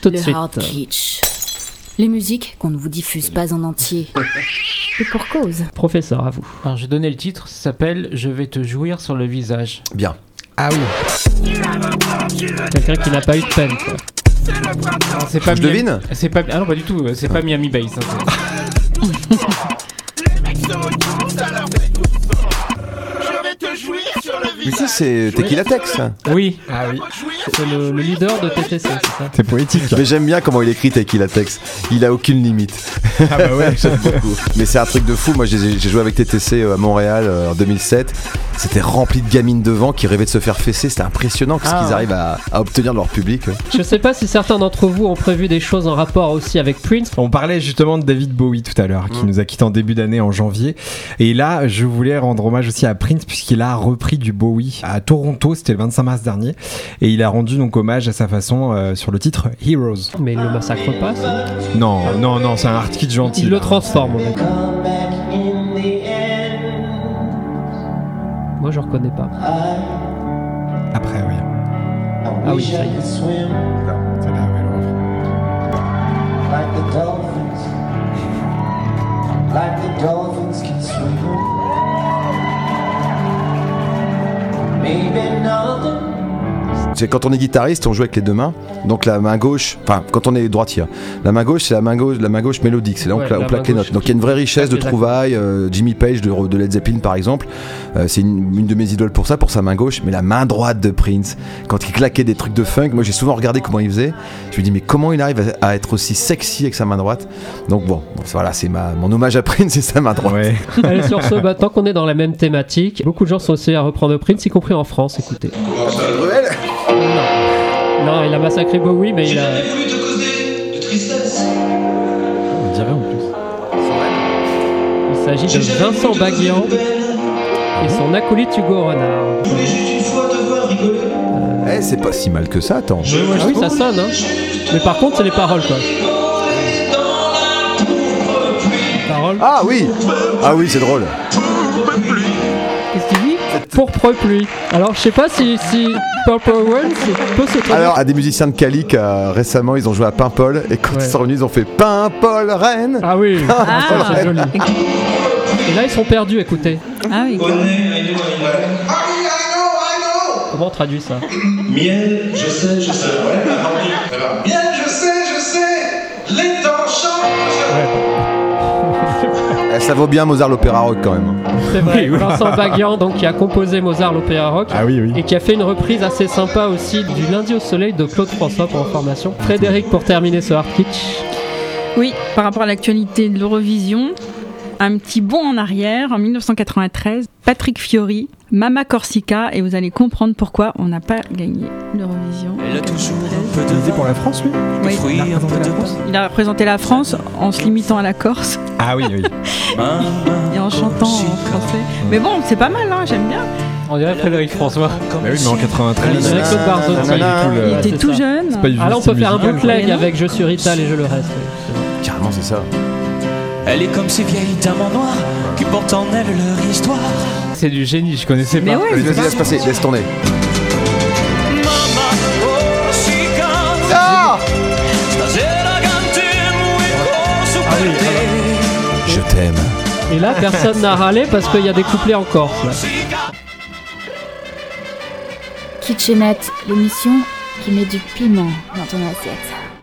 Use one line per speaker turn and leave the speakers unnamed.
Tout de
le
suite.
hard kitsch. Les musiques qu'on ne vous diffuse pas en entier. Et pour cause.
Professeur, à vous.
Alors j'ai donné le titre, ça s'appelle Je vais te jouir sur le visage.
Bien.
Ah oui.
Quelqu'un qui n'a pas eu de peine, quoi.
Alors, Ah, c'est pas
Je
Miami-
devine
C'est pas Ah non pas du tout, c'est pas Miami Bass. hein, c'est-
Mais si, c'est Tequila Tex. hein.
Oui,
Ah oui.
c'est le, le leader de TTC, c'est ça
C'est poétique.
Mais j'aime bien comment il écrit Tequila Tex. Il a aucune limite.
ah bah ouais.
beaucoup. Mais c'est un truc de fou. Moi, j'ai j'ai joué avec TTC à Montréal euh, en 2007. C'était rempli de gamines devant qui rêvaient de se faire fesser. C'était impressionnant ce
Ah,
qu'ils
ouais.
arrivent à, à obtenir de leur public. euh.
Je sais pas si certains d'entre vous ont prévu des choses en rapport aussi avec Prince.
On parlait justement de David Bowie tout à l'heure, qui nous a quitté en début d'année en janvier. Et là, je voulais rendre hommage aussi à Prince, puisqu'il a repris du Bowie à Toronto, c'était le 25 mars dernier. Et il a rendu donc hommage à sa façon euh, sur le titre Heroes.
Mais il le massacre pas, ça.
Non, non, non, c'est un art kid gentil.
Il le
hein.
transforme. en fait. Moi, je reconnais pas.
Après, oui.
Ah oui, ça y est.
C'est là, ouais, le refrain.
Like the dolphins, like the dolphins can swim. Maybe nothing.
C'est quand on est guitariste, on joue avec les deux mains. Donc la main gauche, enfin quand on est droitier, la main gauche c'est la main gauche, la main gauche mélodique. C'est là où on
Ouais,
cla-
la
on plaque
main
les
gauche
notes. Donc il y a une vraie richesse de
plaque les
trouvailles. euh, Jimmy Page de, de Led Zeppelin par exemple, euh, c'est une, une de mes idoles pour ça, pour sa main gauche. Mais la main droite de Prince, quand il claquait des trucs de funk, moi j'ai souvent regardé comment il faisait. Je me dis mais comment il arrive à, à être aussi sexy avec sa main droite Donc bon, voilà, c'est ma, mon hommage à Prince, c'est sa main droite.
Ouais.
Allez, sur ce, bah, tant qu'on est dans la même thématique, beaucoup de gens sont aussi à reprendre Prince, y compris en France, écoutez. Non, il a massacré Bowie, mais il a...
On dirait en plus.
il s'agit de Vincent Baguian et son acolyte Hugo Renard.
Eh, c'est pas si mal que ça, attends.
Ah oui, ça sonne, hein. Mais par contre, c'est les paroles, quoi. Paroles.
Ah oui Ah oui, c'est drôle.
Qu'est-ce qu'il dit Pourpre pluie. Alors, je sais pas si, si Purple Rain se- peut se trouver.
Alors, à des musiciens de Calic, euh, récemment, ils ont joué à Paimpol, et quand
Ouais.
ils sont revenus, ils ont fait Paimpol Rennes
Ah oui,
Ah.
ça c'est joli. Et là, ils sont perdus, écoutez.
Ah oui.
Comment on traduit ça
Miel, je sais, je sais. Miel, je sais, je sais. Les temps changent.
Eh, Ça vaut bien Mozart l'opéra rock quand même. hein.
C'est vrai,
Oui, oui.
Vincent Baguian, donc, qui a composé Mozart l'opéra rock.
Ah oui,
Et
oui.
qui a fait une reprise assez sympa aussi du Lundi au Soleil de Claude François pour formation. Frédéric pour terminer ce hard kitsch.
Oui, par rapport à l'actualité de l'Eurovision, un petit bond en arrière, en 1993, Patrick Fiori, Mama Corsica, et vous allez comprendre pourquoi on n'a pas gagné l'Eurovision.
Elle a toujours un peu de
Il était pour la France, lui
vin,
Oui.
des fruits, un peu de pain.
Il a représenté la France en se limitant à la Corse
Ah oui, oui.
et
ah.
en chantant en français. Mais bon, c'est pas mal, hein, j'aime bien.
On dirait Frédéric François.
Bah oui, mais en 93,
Avec Claude Barzotti.
c'est pas du tout
Il
le-
Ouais,
était
c'est
tout
ça.
jeune.
c'est pas du tout
Ah là, on
le style
peut faire un
musical, quoi.
bootleg
quoi.
avec Je suis Rital et Je le reste. ouais.
Carrément, c'est ça.
Ah,
Elle est comme ces vieilles dames en noir qui portent en elles leur histoire.
C'est du génie, je connaissais
Mais
pas.
ouais,
Vas-y,
c'est
vas-y,
pas-
laisse passer, laisse tourner.
Mamma Corsica,
Ah
stasera cantiamo e corso per
oui,
te.
Je t'aime.
Et là, personne n'a râlé parce qu'il y a des couplets en Corse. là.
Kitchenette, l'émission qui met du piment dans ton assiette.